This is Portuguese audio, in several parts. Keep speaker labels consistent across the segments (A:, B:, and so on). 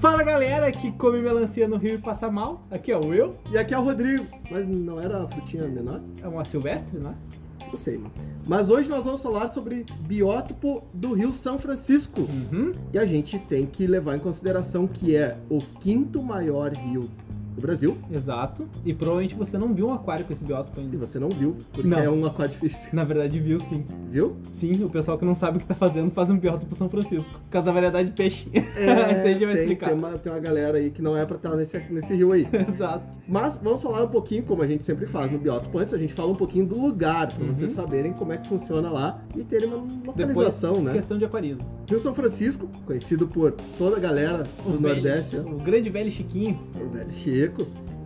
A: Fala galera que come melancia no rio e passa mal. Aqui é o eu,
B: E aqui é o Rodrigo, mas não era a frutinha menor?
A: é uma silvestre, né?
B: Não sei, mano. Mas hoje nós vamos falar sobre biótipo do Rio São Francisco.
A: Uhum.
B: E a gente tem que levar em consideração que é o quinto maior rio do Brasil.
A: Exato. E provavelmente você não viu um aquário com esse biótipo
B: E
A: ainda.
B: você não viu, porque
A: Não.
B: é um aquadifício,
A: Na verdade, viu sim.
B: viu?
A: Sim, o pessoal que não sabe o que tá fazendo faz um biótipo São Francisco. Por causa da variedade de peixe. Isso aí a gente vai
B: tem,
A: explicar.
B: Tem uma, tem uma galera aí que não é pra estar nesse, nesse rio aí.
A: Exato.
B: Mas vamos falar um pouquinho, como a gente sempre faz no biótipo antes, a gente fala um pouquinho do lugar, pra
A: Uhum.
B: vocês saberem como é que funciona lá e terem uma
A: Depois,
B: localização, né?
A: questão de aquarismo.
B: Rio São Francisco, conhecido por toda a galera
A: O
B: do
A: velho-
B: Nordeste, né?
A: O grande velho Chiquinho.
B: o velho Chico,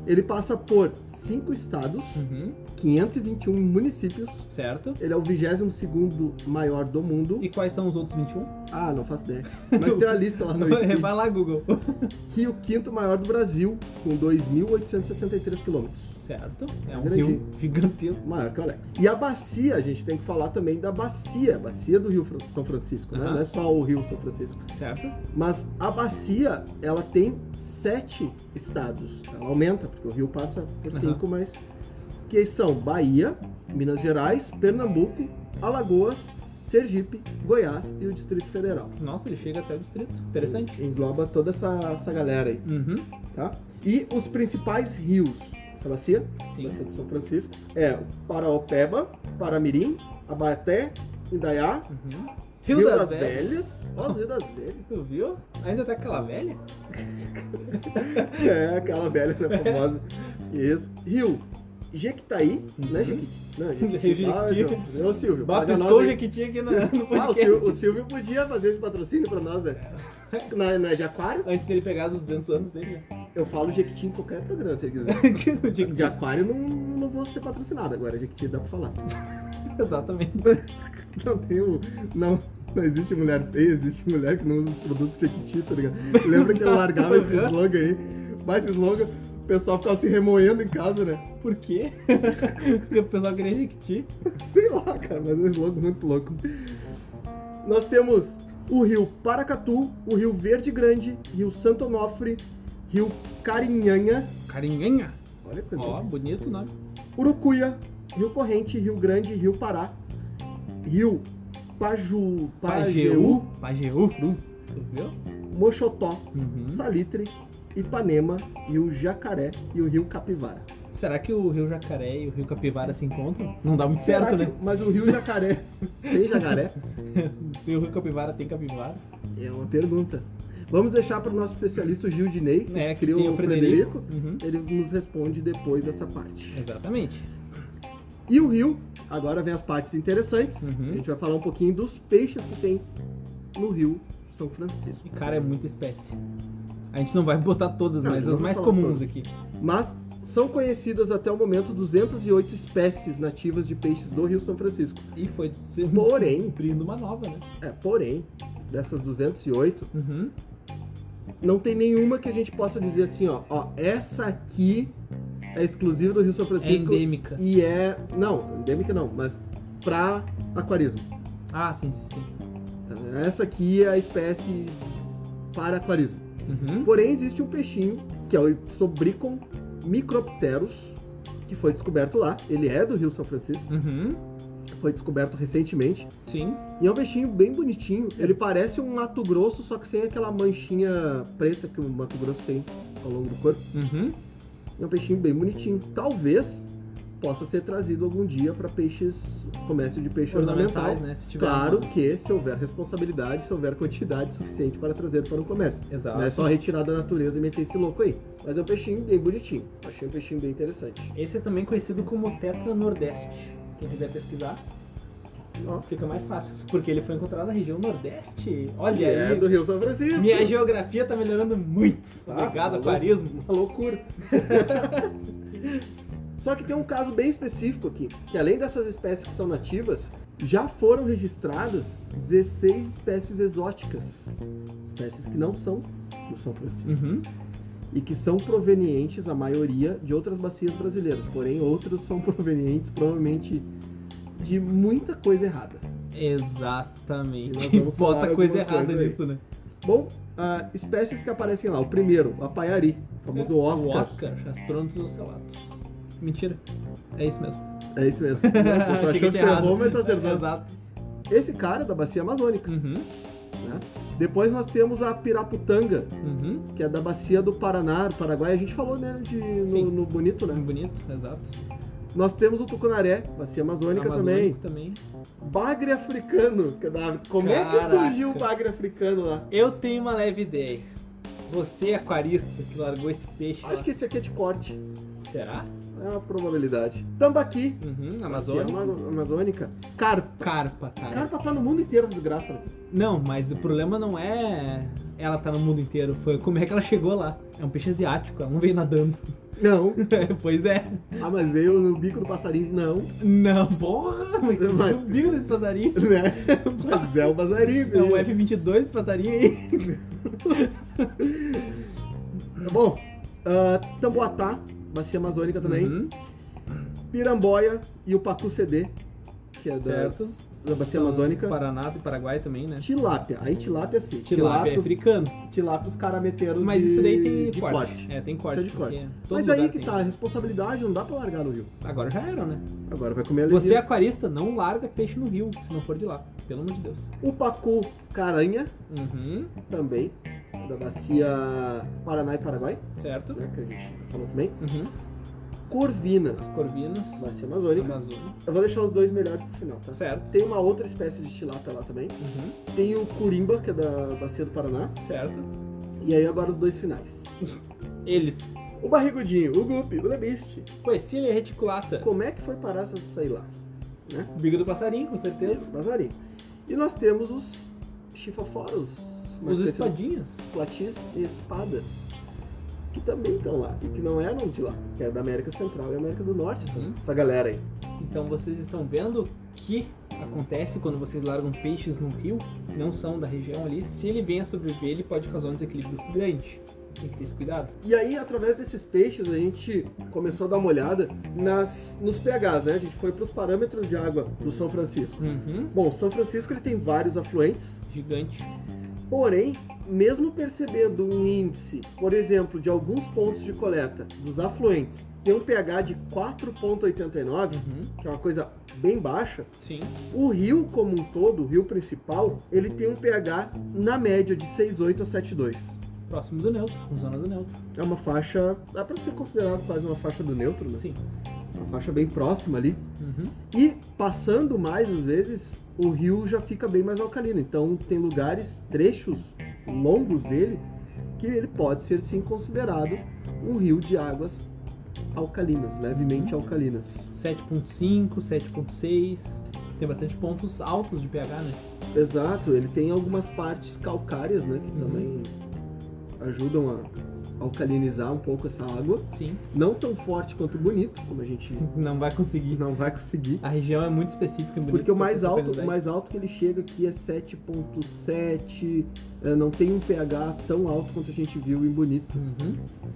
B: ele passa por cinco estados,
A: Uhum.
B: 521 municípios.
A: Certo.
B: Ele é o 22 maior do mundo.
A: E quais são os outros 21?
B: Ah, não faço ideia. Mas tem a lista lá no
A: Vai
B: Wikipedia.
A: lá, Google.
B: Rio quinto maior do Brasil, com 2.863 quilômetros.
A: Certo. É um
B: Grande.
A: rio gigantesco.
B: Maior que o Alex. E a bacia, a gente tem que falar também da bacia, a bacia do Rio Fran- São Francisco, né?
A: Aham.
B: Não é só o Rio São Francisco.
A: Certo.
B: Mas a bacia, ela tem sete estados. Ela aumenta, porque o rio passa por
A: Aham.
B: cinco, mas. Que são Bahia, Minas Gerais, Pernambuco, Alagoas, Sergipe, Goiás e o Distrito Federal.
A: Nossa, ele chega até o distrito. Interessante.
B: Engloba toda essa, essa galera aí,
A: Uhum.
B: tá? E os principais rios. Essa bacia,
A: Sim.
B: bacia de São Francisco, é o Paraopeba, Paramirim, Abaté, Indaiá,
A: Uhum.
B: Rio, das, Velhas. Ó, os Rio das Velhas.
A: Tu viu? Ainda tá aquela velha?
B: É, aquela velha, né, famosa. Isso. Rio, Jequitaí, né,
A: Uhum.
B: Jequiti? Não, Jequiti. Ah,
A: Jequiti.
B: João. Ô, Silvio, paga nós
A: Batistou
B: aí.
A: Jequiti aqui no,
B: Silvio-
A: né? no
B: Ah, o,
A: podcast.
B: Silvio, o Silvio podia fazer esse patrocínio pra nós, né? Na, na de aquário,
A: Antes dele pegar os 200 anos dele. né?
B: eu falo Jequiti em qualquer programa, se ele quiser.
A: O Jequiti.
B: De aquário, não, não vou ser patrocinado agora. Jequiti dá pra falar.
A: Exatamente.
B: Não tem o... Não... Não existe mulher feia, existe mulher que não usa os produtos Jequiti, tá ligado? Lembra que eu
A: Exato,
B: largava esse
A: aham.
B: slogan aí? Mas esse slogan, o pessoal ficava se remoendo em casa, né?
A: Por quê? Porque o pessoal queria Jequiti.
B: Sei lá, cara, mas é um slogan muito louco. Nós temos o Rio Paracatu, o Rio Verde Grande, Rio Santo Onofre, Rio Carinhanha,
A: Carinhanha.
B: olha que coisa,
A: Ó, bonito o nome.
B: Urucuia, Rio Corrente, Rio Grande, Rio Pará, Rio Paju, Pajéu,
A: Pajéu. Cruz. Tu viu?
B: Mochotó,
A: Uhum.
B: Salitre, Ipanema e o Jacaré e o Rio Capivara.
A: Será que o Rio Jacaré e o Rio Capivara se encontram? Não dá muito
B: Será
A: certo,
B: que-
A: né?
B: Mas o Rio Jacaré tem jacaré?
A: E o Rio Capivara tem capivara.
B: É uma pergunta. Vamos deixar para o nosso especialista o Gildinei, que
A: É, que
B: criou
A: tem
B: o Frederico.
A: Uhum.
B: Ele nos responde depois essa parte.
A: Exatamente.
B: E o rio, agora vem as partes interessantes.
A: Uhum.
B: A gente vai falar um pouquinho dos peixes que tem no rio São Francisco.
A: E cara, é muita espécie. A gente não vai botar todas,
B: Não,
A: mas
B: não
A: as
B: vou
A: mais
B: falar
A: comuns
B: todas.
A: aqui.
B: Mas são conhecidas até o momento 208 espécies nativas de peixes do rio São Francisco.
A: E foi se-
B: Porém-
A: descobrindo uma nova, né?
B: É, porém, dessas 208,
A: Uhum.
B: não tem nenhuma que a gente possa dizer assim, ó, ó, essa aqui é exclusiva do rio São
A: É
B: Francisco
A: endêmica.
B: E é. Não, endêmica não, mas pra aquarismo.
A: Ah, sim, sim, sim.
B: tá? Essa aqui é a espécie para aquarismo.
A: Uhum.
B: Porém, existe um peixinho, que é o Sobricon micropterus, que foi descoberto lá. Ele é do Rio São Francisco,
A: Uhum.
B: foi descoberto recentemente.
A: Sim.
B: E é um peixinho bem bonitinho. Ele parece um Mato Grosso, só que sem aquela manchinha preta que o Mato Grosso tem ao longo do corpo.
A: Uhum.
B: É um peixinho bem bonitinho. Talvez possa ser trazido algum dia para peixes, comércio de peixe ornamental.
A: Ornamentais, né? Se tiver
B: Claro
A: uma-
B: que se houver responsabilidade, se houver quantidade suficiente para trazer para o comércio.
A: Exato.
B: Não é só retirar da natureza e meter esse louco aí. Mas é um peixinho bem bonitinho. Achei um peixinho bem interessante.
A: Esse é também conhecido como Tetra Nordeste. Quem quiser pesquisar,
B: Ó.
A: fica mais fácil. Porque ele foi encontrado na região Nordeste.
B: E
A: Olha
B: é
A: aí.
B: do Rio São Francisco.
A: Minha geografia tá melhorando muito.
B: Tá,
A: Obrigado,
B: tá bom.
A: aquarismo.
B: Uma loucura. Só que tem um caso bem específico aqui, que além dessas espécies que são nativas, já foram registradas 16 espécies exóticas. Espécies que não são do São Francisco.
A: Uhum.
B: e que são provenientes, a maioria, de outras bacias brasileiras. Porém, outros são provenientes, provavelmente, de muita coisa errada.
A: Exatamente.
B: E nós vamos falar
A: Bota coisa
B: alguma
A: errada
B: coisa aí.
A: nisso, né?
B: Bom, ah, espécies que aparecem lá. O primeiro, o apaiari, o famoso Oscar.
A: O Oscar, Astrônomos Ocelatos. Mentira. É isso mesmo.
B: É isso mesmo. Eu tô
A: Achei
B: achando
A: tinha
B: que
A: errado.
B: errou, mas tá
A: É,
B: acertando.
A: Exato.
B: Esse cara é da bacia amazônica.
A: Uhum,
B: né? Depois nós temos a piraputanga,
A: uhum.
B: que é da bacia do Paraná, do Paraguai. A gente falou né, de,
A: Sim.
B: no, no bonito, né?
A: Bonito, exato.
B: Nós temos o tucunaré, bacia amazônica também.
A: Amazônico também.
B: Bagre africano, que é da África. Como é que
A: Caraca.
B: surgiu o bagre africano lá?
A: Eu tenho uma leve ideia. Você, aquarista, que largou esse peixe lá,
B: Acho que esse aqui é de corte.
A: Será?
B: É uma probabilidade. Tambaqui.
A: Uhum, Amazônia.
B: Bacia ama- amazônica. Carpa.
A: Carpa, cara.
B: é Carpa tá no mundo inteiro, desgraça. né?
A: Não, mas o problema não é ela tá no mundo inteiro, foi como é que ela chegou lá. É um peixe asiático, ela não veio nadando.
B: Não.
A: pois é.
B: Ah, mas veio no bico do passarinho. Não.
A: Não, porra! Mas...
B: Mas-
A: O bico desse passarinho.
B: Né? Mas é o passarinho.
A: É um
B: né?
A: F-22 esse passarinho aí.
B: Tá Bom, ah, Tamboatá, bacia amazônica também.
A: Uhum.
B: Piramboia e o Pacu CD, que é das-
A: Certo.
B: da bacia
A: São
B: amazônica.
A: Paraná e Paraguai também, né?
B: Tilápia. Aí tilápia sim.
A: Tilápia é
B: os-
A: africano.
B: Tilápia os caras meteram
A: Mas
B: de,
A: isso daí tem
B: de
A: corte.
B: corte.
A: É, tem corte.
B: Isso é de corte.
A: porque todo
B: Mas aí
A: lugar
B: que
A: tem.
B: tá, a responsabilidade não dá pra largar no rio.
A: Agora já era, né?
B: Agora vai comer a
A: Você é
B: Você...
A: aquarista, não larga peixe no rio, se não for de lá. Pelo amor de Deus.
B: O pacu caranha
A: Uhum,
B: também, da bacia Paraná e Paraguai,
A: certo.
B: né, que a gente falou também.
A: Uhum.
B: Corvina,
A: As corvinas,
B: bacia amazônica.
A: Amazônia.
B: Eu vou deixar os dois melhores pro final, tá?
A: um, Certo.
B: Tem uma outra espécie de tilápia lá também.
A: Uhum,
B: Tem o curimba, que é da bacia do Paraná.
A: certo.
B: E aí agora os dois finais.
A: Eles.
B: O barrigudinho, o gupi, o lebiste.
A: Coecilia reticulata.
B: Como é que foi parar essa sair lá?
A: O bico do passarinho, com certeza.
B: Passarinho. E nós temos os chifaforos. mais
A: Os
B: conhecidos
A: espadinhas.
B: platis e espadas, que também estão lá, e que não eram de lá, que é da América Central e América do Norte, essa,
A: Uhum.
B: essa galera aí.
A: Então vocês estão vendo o que acontece quando vocês largam peixes no rio, que não são da região ali. Se ele vem a sobreviver, ele pode causar um desequilíbrio grande. Tem que ter esse cuidado.
B: E aí, através desses peixes, a gente começou a dar uma olhada nas, nos pHs, né? A gente foi para os parâmetros de água do São Francisco.
A: Uhum.
B: Bom, São Francisco ele tem vários afluentes,
A: Gigante.
B: porém, mesmo percebendo um índice, por exemplo, de alguns pontos de coleta dos afluentes, tem um pH de 4.89,
A: Uhum.
B: que é uma coisa bem baixa,
A: Sim.
B: O rio como um todo, o rio principal, ele tem um pH na média de 6,8 a 7,2.
A: Próximo do neutro. Zona do neutro.
B: É uma faixa, dá pra ser considerado quase uma faixa do neutro, né?
A: Sim.
B: Uma faixa bem próxima ali.
A: Uhum.
B: E passando mais às vezes, o rio já fica bem mais alcalino. Então tem lugares, trechos longos dele que ele pode ser sim considerado um rio de águas alcalinas, levemente alcalinas.
A: 7.5, 7.6. Tem bastante pontos altos de pH, né?
B: Exato, ele tem algumas partes calcárias, né? Que
A: Uhum.
B: também ajudam a alcalinizar um pouco essa água.
A: Sim.
B: Não tão forte quanto o bonito, como a gente
A: Não vai conseguir.
B: não vai conseguir.
A: A região é muito específica e bonita.
B: Porque o
A: pra tá
B: mais
A: essa
B: alto, o
A: qualidade.
B: mais alto que ele chega aqui é 7.7, é, não tem um pH tão alto quanto a gente viu em bonito.
A: Uhum.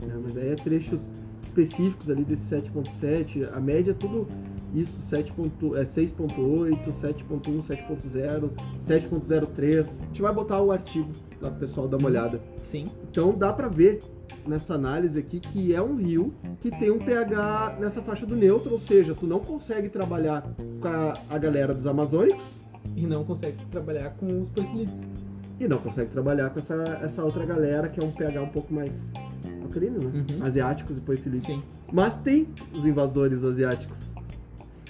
B: né, Mas aí é trechos específicos ali desse 7.7, a média é tudo isso, 7. ponto- é 6.8, 7.1, 7.0, 7.03. A gente vai botar o artigo lá pro pessoal dar uma olhada.
A: Sim.
B: Então dá pra ver nessa análise aqui que é um rio que tem um pH nessa faixa do neutro, ou seja, tu não consegue trabalhar com a, a galera dos amazônicos
A: E não consegue trabalhar com os poecilides.
B: e não consegue trabalhar com essa, essa outra galera que é um pH um pouco mais alcalino, né?
A: Uhum.
B: Asiáticos e poecilis.
A: Sim.
B: Mas tem os invasores asiáticos.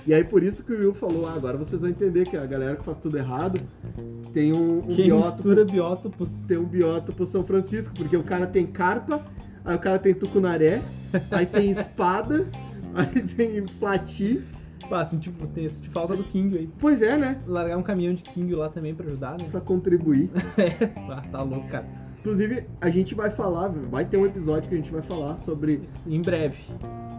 B: E aí por isso que o Will falou, ah, agora vocês vão entender que a galera que faz tudo errado tem um, um
A: Quem
B: biótopo,
A: mistura biótopos.
B: tem um biótopo São Francisco, porque o cara tem carpa, aí o cara tem tucunaré, aí tem espada, aí tem plati.
A: Ah, senti, tem- senti falta do King aí.
B: Pois é, né?
A: Largar um caminhão de King lá também pra ajudar, né?
B: Pra contribuir.
A: Ah, tá louco, cara.
B: Inclusive, a gente vai falar, vai ter um episódio que a gente vai falar sobre
A: Isso, Em breve.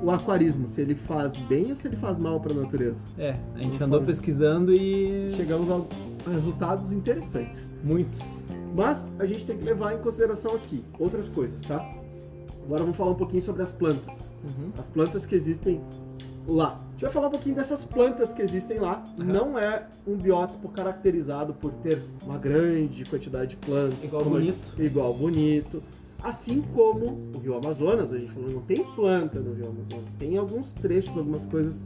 B: o aquarismo, se ele faz bem ou se ele faz mal pra natureza.
A: É, a gente
B: Vamos
A: andou
B: falar.
A: pesquisando e.
B: Chegamos a resultados interessantes.
A: Muitos.
B: Mas a gente tem que levar em consideração aqui outras coisas, tá? Agora vamos falar um pouquinho sobre as plantas.
A: Uhum.
B: As plantas que existem lá. A gente vai falar um pouquinho dessas plantas que existem lá.
A: Aham.
B: Não é um biótipo caracterizado por ter uma grande quantidade de plantas.
A: Igual
B: como a gente-
A: bonito.
B: Igual bonito. Assim como o Rio Amazonas, a gente falou, não tem planta no Rio Amazonas. Tem alguns trechos, algumas coisas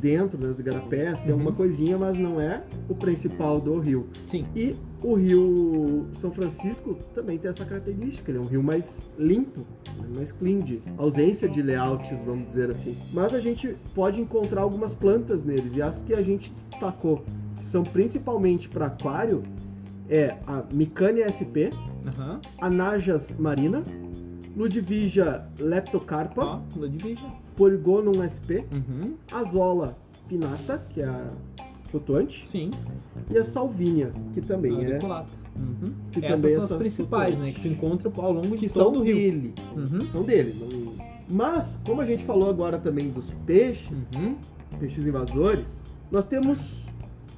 B: dentro, né, os igarapés, tem
A: Uhum.
B: alguma coisinha, mas não é o principal do rio.
A: Sim.
B: E o rio São Francisco também tem essa característica, ele é um rio mais limpo, né, mais clean, de ausência de layouts, vamos dizer assim. Mas a gente pode encontrar algumas plantas neles, e as que a gente destacou, que são principalmente para aquário, é a Micânia SP,
A: Aham.
B: Anajas marina, Ludivija leptocarpa,
A: Ó, Ludwig.
B: Polygonum SP,
A: Uhum.
B: Azola pinata, que é a flutuante,
A: Sim.
B: e a Salvínia, que também é
A: Colata. Uhum.
B: que
A: Essas
B: também
A: são
B: é
A: as
B: só
A: principais, né?
B: flutuante.
A: Que tu encontra ao longo
B: Que
A: de
B: são
A: todo o rio.
B: dele.
A: Uhum.
B: São dele. não- Mas, como a gente falou agora também dos peixes,
A: Uhum.
B: peixes invasores, nós temos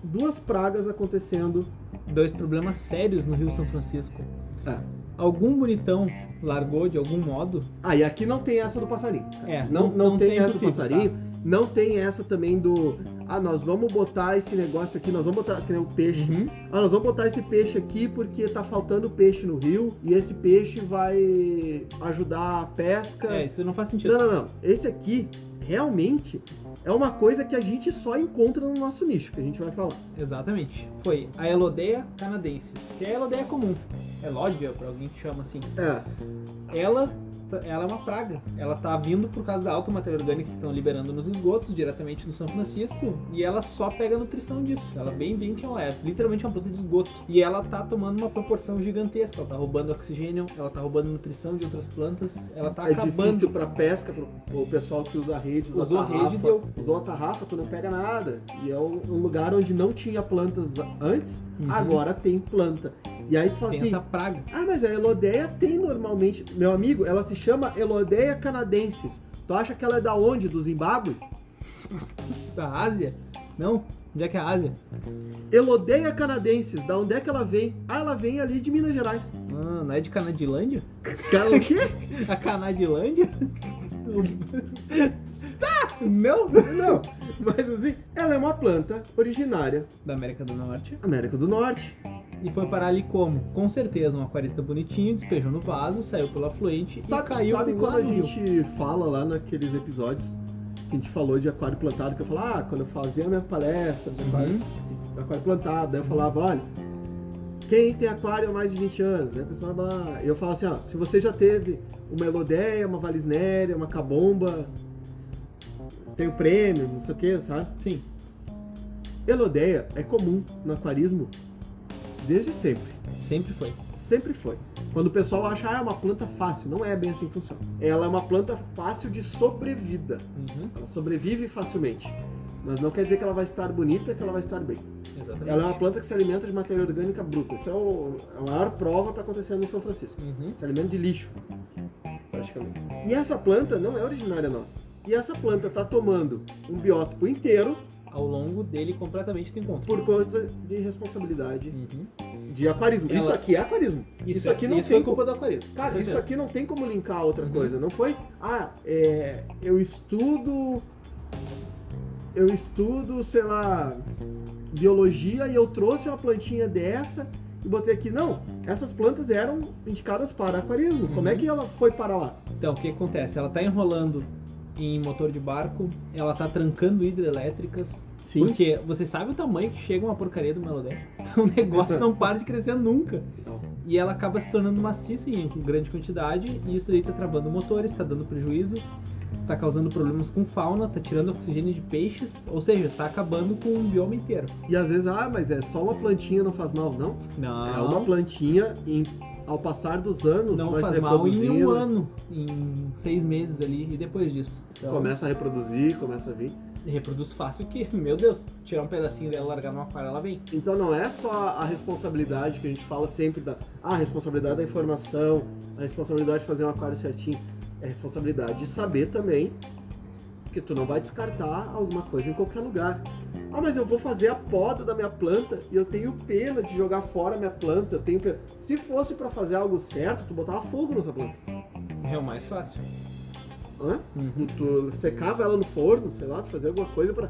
B: duas pragas acontecendo.
A: Dois problemas sérios no Rio São Francisco.
B: Ah,
A: Algum bonitão largou de algum modo.
B: ah, e aqui não tem essa do passarinho. cara.
A: É,
B: não,
A: não-
B: não,
A: não
B: tem,
A: tem tá.
B: essa
A: possível,
B: do passarinho. Não tem essa também do. Ah, nós vamos botar esse negócio aqui, nós vamos botar que nem o peixe.
A: Uhum.
B: Ah, nós vamos botar esse peixe aqui porque tá faltando peixe no rio e esse peixe vai ajudar a pesca.
A: É, isso não faz sentido.
B: Não, não, não. Esse aqui realmente é uma coisa que a gente só encontra no nosso nicho, que a gente vai falar.
A: Exatamente. Foi a Elodeia canadensis, que é a Elodeia comum. É Elódia, pra alguém que chama assim.
B: É,
A: Ela, tá- ela é uma praga. Ela tá vindo por causa da alta matéria orgânica que estão liberando nos esgotos, diretamente no São Francisco, e ela só pega a nutrição disso. Ela bem vem que ela é literalmente uma planta de esgoto. E ela tá tomando uma proporção gigantesca. Ela tá roubando oxigênio, ela tá roubando nutrição de outras plantas, ela tá
B: é
A: acabando.
B: difícil pra pesca, pro, pro pessoal que usa rede, usa
A: Usou
B: tarrafa.
A: rede, deu.
B: Usou a tarrafa, tu não pega nada. E é um, um lugar onde não tinha plantas antes,
A: Uhum.
B: agora tem planta. E aí tu fala
A: Tem
B: assim,
A: essa praga.
B: ah, mas a Elodeia tem normalmente. Meu amigo, ela se chama Elodeia canadensis. Tu acha que ela é da onde? Do Zimbábue?
A: Da Ásia? Não? Onde é que é a Ásia?
B: Elodeia canadensis, da onde é que ela vem? Ah, ela vem ali de Minas Gerais.
A: Ah, não é de Canadilândia?
B: Cara, o quê?
A: A Canadilândia? Tá, Não?
B: Não, mas assim, ela é uma planta originária
A: Da América do Norte.
B: da América do Norte.
A: E foi parar ali como? Com certeza, um aquarista bonitinho, despejou no vaso, saiu pelo afluente
B: Sabe,
A: e caiu
B: sabe
A: lá
B: quando a
A: no rio.
B: gente fala lá naqueles episódios que a gente falou de aquário plantado, que eu falava, ah, quando eu fazia a minha palestra de aquário,
A: Uhum.
B: de aquário plantado, aí eu falava, olha, quem tem aquário há mais de 20 anos? Aí a pessoa vai lá, eu falo assim, ó, se você já teve uma elodeia, uma valisnéria, uma cabomba, tem o prêmio, não sei o que, sabe?
A: Sim.
B: Elodeia é comum no aquarismo desde sempre.
A: Sempre foi.
B: Sempre foi. Quando o pessoal acha, ah, é uma planta fácil. Não é bem assim que funciona. Ela é uma planta fácil de sobrevida.
A: Uhum.
B: Ela sobrevive facilmente. Mas não quer dizer que ela vai estar bonita, que ela vai estar bem.
A: Exatamente.
B: Ela é uma planta que se alimenta de matéria orgânica bruta. Isso é o- a maior prova que está acontecendo em São Francisco.
A: Uhum.
B: Se alimenta de lixo, praticamente. E essa planta não é originária nossa. E essa planta está tomando um biótipo inteiro
A: Ao longo dele, completamente tu encontra.
B: por causa de responsabilidade
A: Uhum.
B: de aquarismo.
A: Ela-
B: Isso aqui é aquarismo. Isso,
A: é-
B: aqui não
A: isso
B: tem
A: é culpa do aquarismo. com
B: Cara, isso
A: certeza.
B: aqui não tem como linkar a outra
A: Uhum.
B: coisa. Não foi, ah, é, eu estudo. Eu estudo, sei lá, biologia e eu trouxe uma plantinha dessa e botei aqui. Não, essas plantas eram indicadas para aquarismo. Como é
A: Uhum.
B: que ela foi para lá?
A: Então, o que acontece? Ela tá enrolando em motor de barco, ela tá trancando hidrelétricas, Porque você sabe o tamanho que chega uma porcaria do Melodé. O negócio não para de crescer nunca.
B: Não.
A: E ela acaba se tornando maciça em grande quantidade, e isso aí tá travando motores, tá dando prejuízo, tá causando problemas com fauna, tá tirando oxigênio de peixes, ou seja, tá acabando com o bioma inteiro.
B: E às vezes, ah, mas é só uma plantinha, não faz mal. Não,
A: Não,
B: é uma plantinha e ao passar dos anos
A: Ah. não
B: vai se
A: faz mal em um
B: reproduzindo,
A: ano, em seis meses ali, e depois disso. Então,
B: Começa a reproduzir, começa a vir.
A: Reproduz fácil que, meu Deus, tirar um pedacinho dela, largar numa aquário, ela vem.
B: Então não é só a responsabilidade que a gente fala sempre da ah, a responsabilidade da informação, a responsabilidade de fazer um aquário certinho, é a responsabilidade de saber também que tu não vai descartar alguma coisa em qualquer lugar. Ah, mas eu vou fazer a poda da minha planta e eu tenho pena de jogar fora a minha planta. eu Tenho pena. Se fosse pra fazer algo certo, tu botava fogo nessa planta.
A: É o mais fácil.
B: né? Tu, tu secava ela no forno, sei lá, tu fazia alguma coisa pra.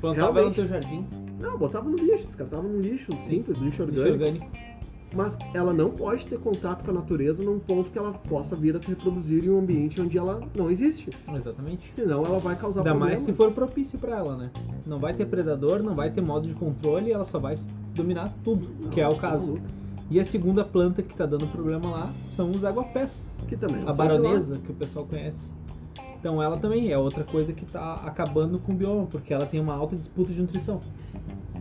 A: Plantava ela no teu jardim,
B: Não, botava no lixo, descartava no lixo um simples, lixo
A: lixo
B: orgânico.
A: orgânico.
B: Mas ela não pode ter contato com a natureza num ponto que ela possa vir a se reproduzir em um ambiente onde ela não existe.
A: Exatamente.
B: Senão ela vai causar
A: Ainda mais
B: problemas.
A: se for propício pra ela, né? Não vai ter predador, não vai ter modo de controle, ela só vai dominar tudo, que é o
B: Tá
A: caso.
B: maluco.
A: E a segunda planta que tá dando problema lá são os aguapés.
B: Que também. é um
A: A
B: não sai de lá.
A: baronesa, que o pessoal conhece. Então ela também é outra coisa que tá acabando com o bioma, porque ela tem uma alta disputa de nutrição.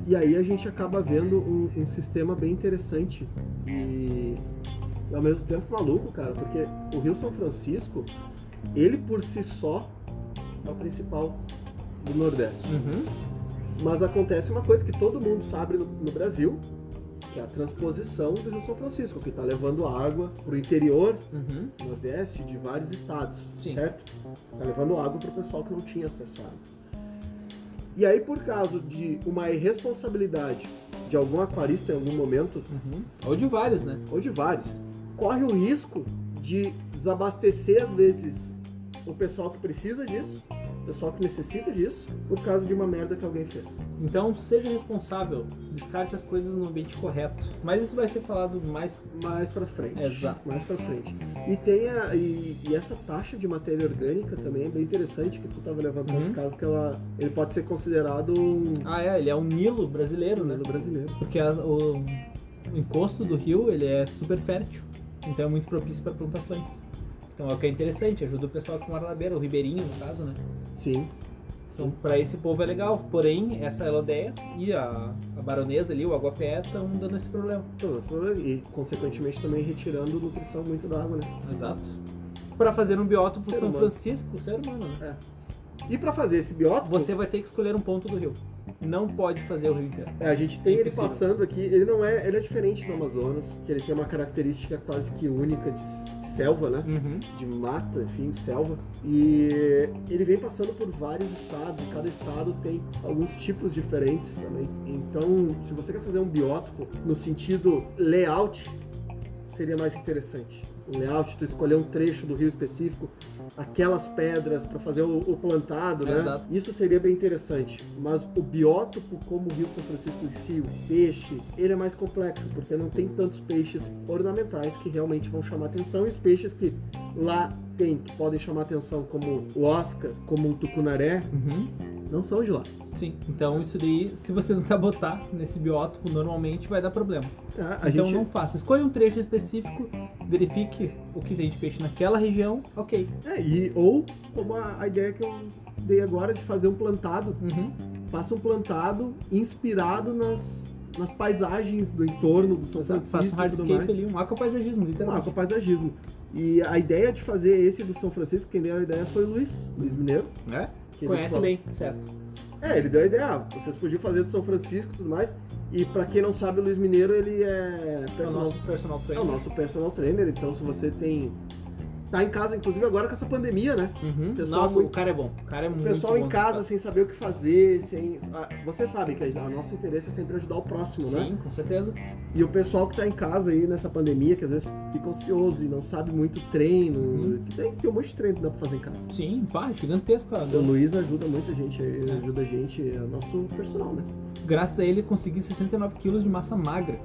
B: E aí a gente acaba vendo um, um sistema bem interessante e ao mesmo tempo maluco, cara, porque o Rio São Francisco, ele por si só é o principal do Nordeste.
A: Uhum,
B: Mas acontece uma coisa que todo mundo sabe no, no Brasil, que é a transposição do Rio São Francisco, que está levando água pro interior
A: Uhum.
B: Nordeste de vários estados,
A: Sim.
B: certo? Tá levando água pro pessoal que não tinha acesso à água. E aí, por causa de uma irresponsabilidade de algum aquarista em algum momento,
A: Uhum. Ou de vários, né?
B: ou de vários, corre o risco de desabastecer, às vezes, o pessoal que precisa disso, o pessoal que necessita disso, por causa de uma merda que alguém fez.
A: Então seja responsável, descarte as coisas no ambiente correto. Mas isso vai ser falado mais.
B: mais pra frente.
A: Exato.
B: Mais pra frente. E tem a, e, e essa taxa de matéria orgânica também é bem interessante que tu tava levantando
A: Uhum.
B: esse caso que ela ele pode ser considerado um
A: Ah, é, ele é um Nilo brasileiro, né?
B: no brasileiro.
A: Porque as- o, o encosto do rio ele é super fértil, então é muito propício para plantações. Então é o que é interessante, ajuda o pessoal que mora na beira, o ribeirinho no caso, né?
B: Sim.
A: Então, para esse povo é legal. Porém, essa elodeia e a, a baronesa ali, o aguapé, estão dando esse problema.
B: Então, mas problema- e consequentemente também retirando nutrição muito da água, né?
A: Exato. Para fazer um biótopo
B: Ser
A: São
B: humano.
A: Francisco, ser humano, né?
B: E pra fazer esse biótipo,
A: Você vai ter que escolher um ponto do rio. Não pode fazer o rio inteiro.
B: é, a gente tem ele
A: Impossível.
B: passando aqui, ele não é, ele é diferente do Amazonas, que ele tem uma característica quase que única de s- de selva, né?
A: Uhum.
B: de mata, enfim, selva. E ele vem passando por vários estados, e cada estado tem alguns tipos diferentes também. Então, se você quer fazer um biótipo no sentido layout, seria mais interessante. Um layout, tu escolher um trecho do rio específico, aquelas pedras para fazer o, o plantado, né?
A: Exato.
B: Isso seria bem interessante. Mas o biótipo, como o Rio São Francisco em si, o peixe, ele é mais complexo, porque não tem tantos peixes ornamentais que realmente vão chamar atenção, e os peixes que lá tem, que podem chamar atenção, como o Oscar, como o tucunaré,
A: Uhum.
B: não são de lá.
A: Sim. Então, isso daí, se você tentar botar nesse biótopo, normalmente vai dar problema.
B: Ah, a
A: então,
B: gente
A: não faça. Escolha um trecho específico, verifique o que tem de peixe naquela região. Ok.
B: É, e, ou como a, a ideia que eu dei agora de fazer um plantado,
A: Uhum.
B: faça um plantado inspirado nas, nas paisagens do entorno do São
A: Exato. Um
B: Francisco
A: Faça um
B: e tudo mais.
A: hardscape ali, um aquapaisagismo,
B: Lá, com
A: literalmente.
B: o paisagismo. E a ideia de fazer esse do São Francisco, quem deu a ideia foi o Luiz, Luiz Mineiro.
A: É?
B: que ele
A: Conhece
B: falou-
A: bem, certo.
B: É, ele deu a ideia, ah, vocês podiam fazer do São Francisco e tudo mais. E pra quem não sabe, o Luiz Mineiro, ele é
A: É o
B: personal,
A: nosso personal
B: é o
A: trainer.
B: nosso personal trainer, então se você tem... Tá em casa, inclusive agora com essa pandemia, né?
A: Uhum.
B: Pessoal
A: Nossa,
B: muito-
A: o cara é bom. O cara é
B: O
A: muito
B: pessoal
A: bom.
B: em casa sem saber o que fazer, sem... ah, Você sabe que o nosso interesse é sempre ajudar o próximo, né?
A: Sim, com certeza.
B: E o pessoal que tá em casa aí nessa pandemia, que às vezes fica ocioso e não sabe muito treino,
A: Uhum.
B: que tem, tem um monte de treino que dá pra fazer em casa.
A: Sim, pá, gigantesco, cara.
B: O Luiz ajuda muita gente, ele
A: É.
B: ajuda a gente, é nosso personal, né?
A: Graças a ele, consegui 69 quilos de massa magra.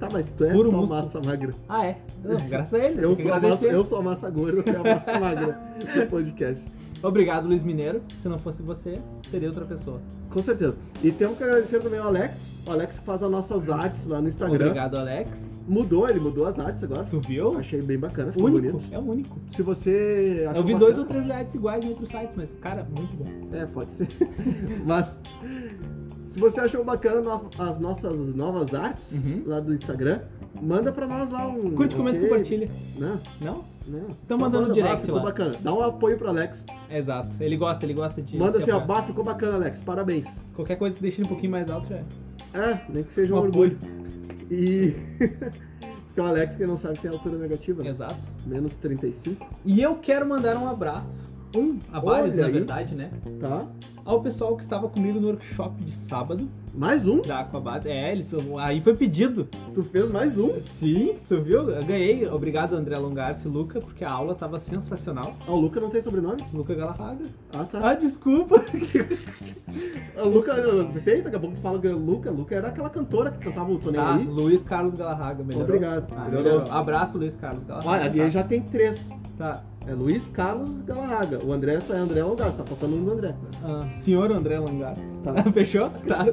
B: Tá, mas tu é
A: Puro
B: só
A: músculo.
B: massa magra.
A: Ah, é? Não, graças a ele.
B: Eu
A: tem que
B: sou, a massa,
A: agradecer.
B: eu sou a massa gorda, tu é a massa magra do podcast.
A: Obrigado, Luiz Mineiro. Se não fosse você, seria outra pessoa.
B: Com certeza. E temos que agradecer também ao Alex. O Alex que faz as nossas artes lá no
A: Tá
B: Instagram.
A: Obrigado, Alex.
B: Mudou, ele mudou as artes agora.
A: Tu viu?
B: Achei bem bacana, ficou
A: Único.
B: bonito.
A: É o único.
B: Se você. achou
A: Eu vi dois
B: bacana-
A: ou três layout iguais em outros sites, mas, cara, muito bom.
B: É, pode ser. Mas se você achou bacana no- as nossas novas artes
A: Uhum.
B: lá do Instagram, manda pra nós lá um.
A: Curte, comenta e
B: ok,
A: compartilha.
B: Não,
A: Não?
B: não.
A: Então
B: Só
A: manda no
B: manda,
A: direct
B: "Bah, ficou
A: lá."
B: bacana. Dá um apoio pro Alex.
A: Exato. Ele gosta, ele gosta de.
B: manda
A: se
B: assim, ó,
A: apoiar.
B: bah, ficou bacana, Alex. Parabéns.
A: Qualquer coisa que deixe ele um pouquinho mais alto já é.
B: É, nem que seja um
A: Um
B: orgulho. E. que o é Alex, que não sabe, tem altura negativa. né?
A: Exato.
B: Menos 35.
A: E eu quero mandar um abraço um, a vários,
B: Olha
A: na
B: aí.
A: verdade, né?
B: tá?
A: Ao pessoal que estava comigo no workshop de sábado
B: Mais um?
A: da Aquabase. É, eles são- aí foi pedido.
B: Tu fez mais um?
A: Sim, tu viu? Eu ganhei. Obrigado, André Longarce e Luca, porque a aula tava sensacional.
B: Ah, o Luca não tem sobrenome?
A: Luca Galarraga.
B: Ah, tá.
A: Ah, desculpa.
B: Ah, O Luca, eu não sei, daqui a pouco tu fala que é Luca. Luca era aquela cantora que cantava o Tô Nem
A: Ah,
B: Aí.
A: Luiz Carlos Galarraga, melhorou.
B: Obrigado.
A: Ah,
B: melhorou.
A: melhorou. Abraço, Luiz Carlos Galarraga.
B: Olha, ali já tem três.
A: Tá.
B: É Luiz Carlos Galarraga. O André só é André Longaço, tá faltando um do André.
A: Ah, senhor André Longarce.
B: Tá.
A: Fechou? Tá.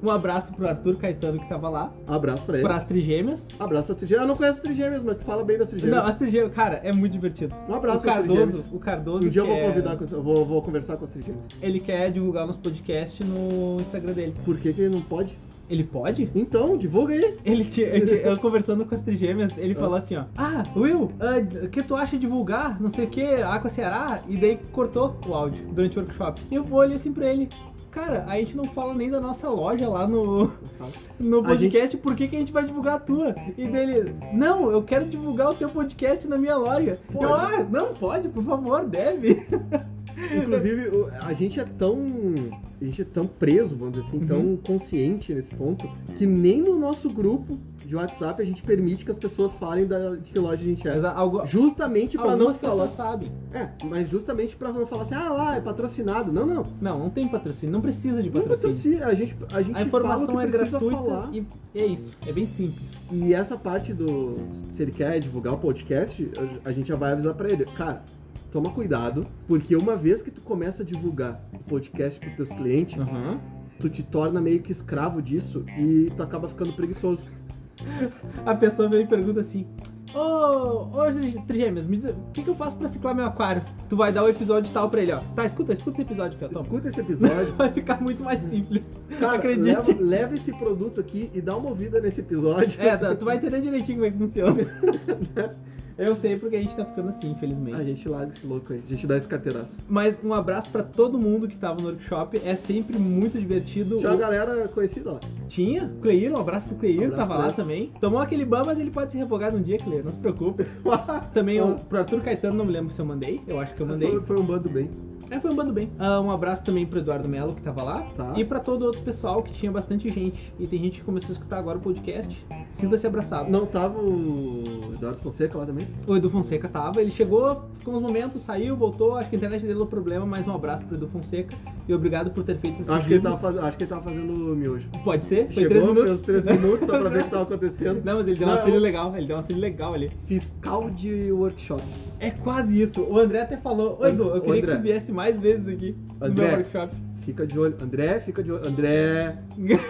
A: Um abraço pro Arthur Caetano que tava lá.
B: Abraço pra ele.
A: Pras trigêmeas.
B: Abraço pra Trigêmeas. Eu não conheço Trigêmeas, mas tu fala bem das
A: Não,
B: Trigêmeas.
A: as trigêmeas, cara, é muito divertido.
B: Um abraço
A: O
B: pra Trigêmeas.
A: Cardoso, o Cardoso.
B: Um dia eu
A: que
B: vou
A: é-
B: convidar, com- eu vou, vou conversar com as Trigêmeas.
A: Ele quer divulgar nos podcasts no Instagram dele.
B: Por que que ele não pode?
A: Ele pode?
B: Então, divulga aí.
A: Ele te, eu, te- eu conversando com as trigêmeas, ele
B: Ah.
A: falou assim, ó. Ah, Will, ah, o que tu acha de divulgar? Não sei o que, Aqua Ceará? E daí cortou o áudio durante o workshop. E eu olhei assim pra ele. Cara, a gente não fala nem da nossa loja lá no, no
B: A gente-
A: podcast, por que, que a gente vai divulgar a tua? E dele, não, eu quero divulgar o teu podcast na minha loja.
B: Pode.
A: Eu, ah, não, pode, por favor, deve.
B: Inclusive, o- a gente é tão. A gente é tão preso, vamos dizer assim,
A: Uhum.
B: tão consciente nesse ponto, que nem no nosso grupo de WhatsApp a gente permite que as pessoas falem da, de que loja a gente é.
A: Mas algo,
B: Justamente pra não
A: algumas
B: falar.
A: pessoas sabem.
B: É, mas justamente pra não falar assim, ah lá, é patrocinado. Não, não.
A: Não, não tem patrocínio, não precisa de
B: Não
A: É patrocínio.
B: patrocina. A gente, a gente
A: A informação
B: fala o
A: é
B: que precisa
A: gratuita
B: falar.
A: e e é isso, é bem simples.
B: E essa parte do. Se ele quer divulgar o podcast, a gente já vai avisar pra ele. Cara, toma cuidado, porque uma vez que tu começa a divulgar o podcast pros teus clientes, tu te torna meio que escravo disso e tu acaba ficando preguiçoso.
A: A pessoa vem e pergunta assim: Ô, ô Tri- Trigêmeos, me diz o que, que eu faço pra ciclar meu aquário? Tu vai dar o episódio tal pra ele, ó. Tá, escuta, escuta esse episódio que eu tomo.
B: Escuta esse episódio.
A: Vai ficar muito mais simples.
B: Cara,
A: Acredite.
B: Leva, leva esse produto aqui e dá uma ouvida nesse episódio.
A: É, tá, tu vai entender direitinho como é que funciona. Eu sei porque a gente tá ficando assim, infelizmente.
B: A gente larga esse louco aí, a gente dá esse carteiraço.
A: Mas um abraço pra todo mundo que tava no workshop. É sempre muito divertido.
B: Tinha uma
A: O-
B: galera conhecida lá.
A: Tinha? Cleir, um abraço pro Cleir,
B: Um abraço
A: tava
B: pro
A: lá
B: Cleir.
A: também. Tomou aquele ban, mas ele pode ser revogado um dia, Cleir, não se preocupe. Também
B: Ah.
A: o, pro Arthur Caetano, não me lembro se eu mandei. Eu acho que eu mandei.
B: Foi- Foi um bando bem.
A: É, foi um bando bem. Ah, um abraço também pro Eduardo Melo, que tava lá.
B: Tá.
A: E pra todo outro pessoal, que tinha bastante gente. E tem gente que começou a escutar agora o podcast. Sinta-se abraçado.
B: Não tava o Eduardo Fonseca lá também?
A: O Edu Fonseca tava, ele chegou, ficou uns momentos, saiu, voltou. Acho que a internet dele deu problema, mas um abraço pro Edu Fonseca. E obrigado por ter feito esses
B: Acho que, ele tava
A: vídeos.
B: faz... Acho que ele tava fazendo miojo.
A: Pode ser? Foi
B: Chegou,
A: três minutos.
B: fez três minutos só pra ver o que tava acontecendo.
A: Não, mas ele deu um
B: Não,
A: auxílio
B: eu-
A: legal, ele deu um auxílio legal ali.
B: Fiscal de workshop.
A: É quase isso. O André até falou, ô
B: Ô,
A: Edu, eu queria que
B: André.
A: tu viesse mais vezes aqui no meu
B: André.
A: workshop.
B: Fica de olho. André, fica de olho. André,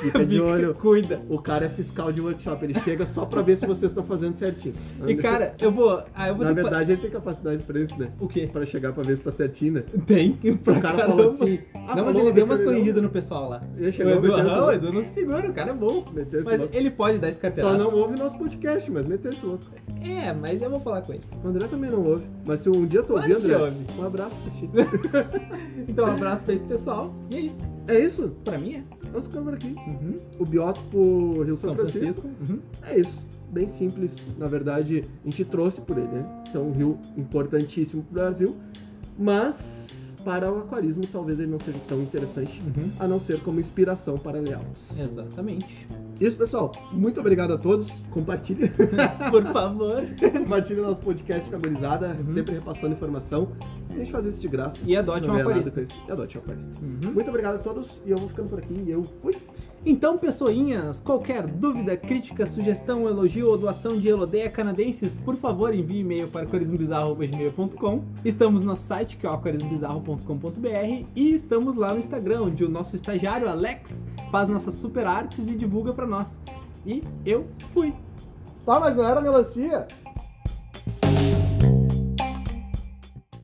B: fica de
A: Fica-
B: olho.
A: Cuida.
B: O cara é fiscal de workshop. Ele chega só pra ver se vocês estão fazendo certinho.
A: E cara, eu vou. Ah, eu vou
B: na
A: ter que-
B: verdade, ele tem capacidade pra isso, né?
A: O quê?
B: Pra chegar pra ver se tá certinho, né?
A: Tem, pra
B: o cara
A: caramba.
B: falou assim. ah,
A: não,
B: falou
A: mas
B: uma
A: ele deu
B: besteira,
A: umas
B: não.
A: corrigidas no pessoal lá.
B: Ele
A: O
B: chegou a
A: Edu,
B: meter
A: aham, o
B: esse
A: Edu não se segura, o cara é bom.
B: louco. Meteu esse
A: Mas é,
B: louco.
A: ele pode dar esse
B: Só
A: carteiraço.
B: não ouve nosso podcast, mas meteu esse louco.
A: É, mas eu vou falar com ele.
B: O André também não ouve. Mas se um dia tu
A: Claro
B: ouvir,
A: que
B: André,
A: ouve.
B: um abraço pra ti.
A: Então, um abraço pra esse pessoal. E é isso.
B: É isso?
A: Pra mim é.
B: Nós ficamos aqui.
A: Uhum.
B: O biótipo Rio
A: São
B: São, Francisco.
A: Francisco. Uhum.
B: É isso. Bem simples. Na verdade, a gente trouxe por ele, né? Isso é um rio importantíssimo pro Brasil. Mas para o aquarismo talvez ele não seja tão interessante,
A: Uhum.
B: a não ser como inspiração para leá-los.
A: Exatamente.
B: Isso, pessoal. Muito obrigado a todos. Compartilhe.
A: Por favor.
B: Compartilhe nosso podcast com a gurizada,
A: Uhum.
B: sempre repassando informação. A gente faz isso de graça.
A: E adote
B: Não
A: um
B: ganha nada
A: aquarista.
B: com isso. E adote um aquarista.
A: Uhum.
B: Muito obrigado a todos e eu vou ficando por aqui e eu fui.
A: Então, pessoinhas, qualquer dúvida, crítica, sugestão, elogio ou doação de Elodeia Canadenses, por favor, envie e-mail para aquarismobizarro.com. Estamos no nosso site, que é o aquarismobizarro.com.br, e estamos lá no Instagram, onde o nosso estagiário Alex faz nossas super artes e divulga para nós. E eu fui.
B: Tá, mas não era melancia?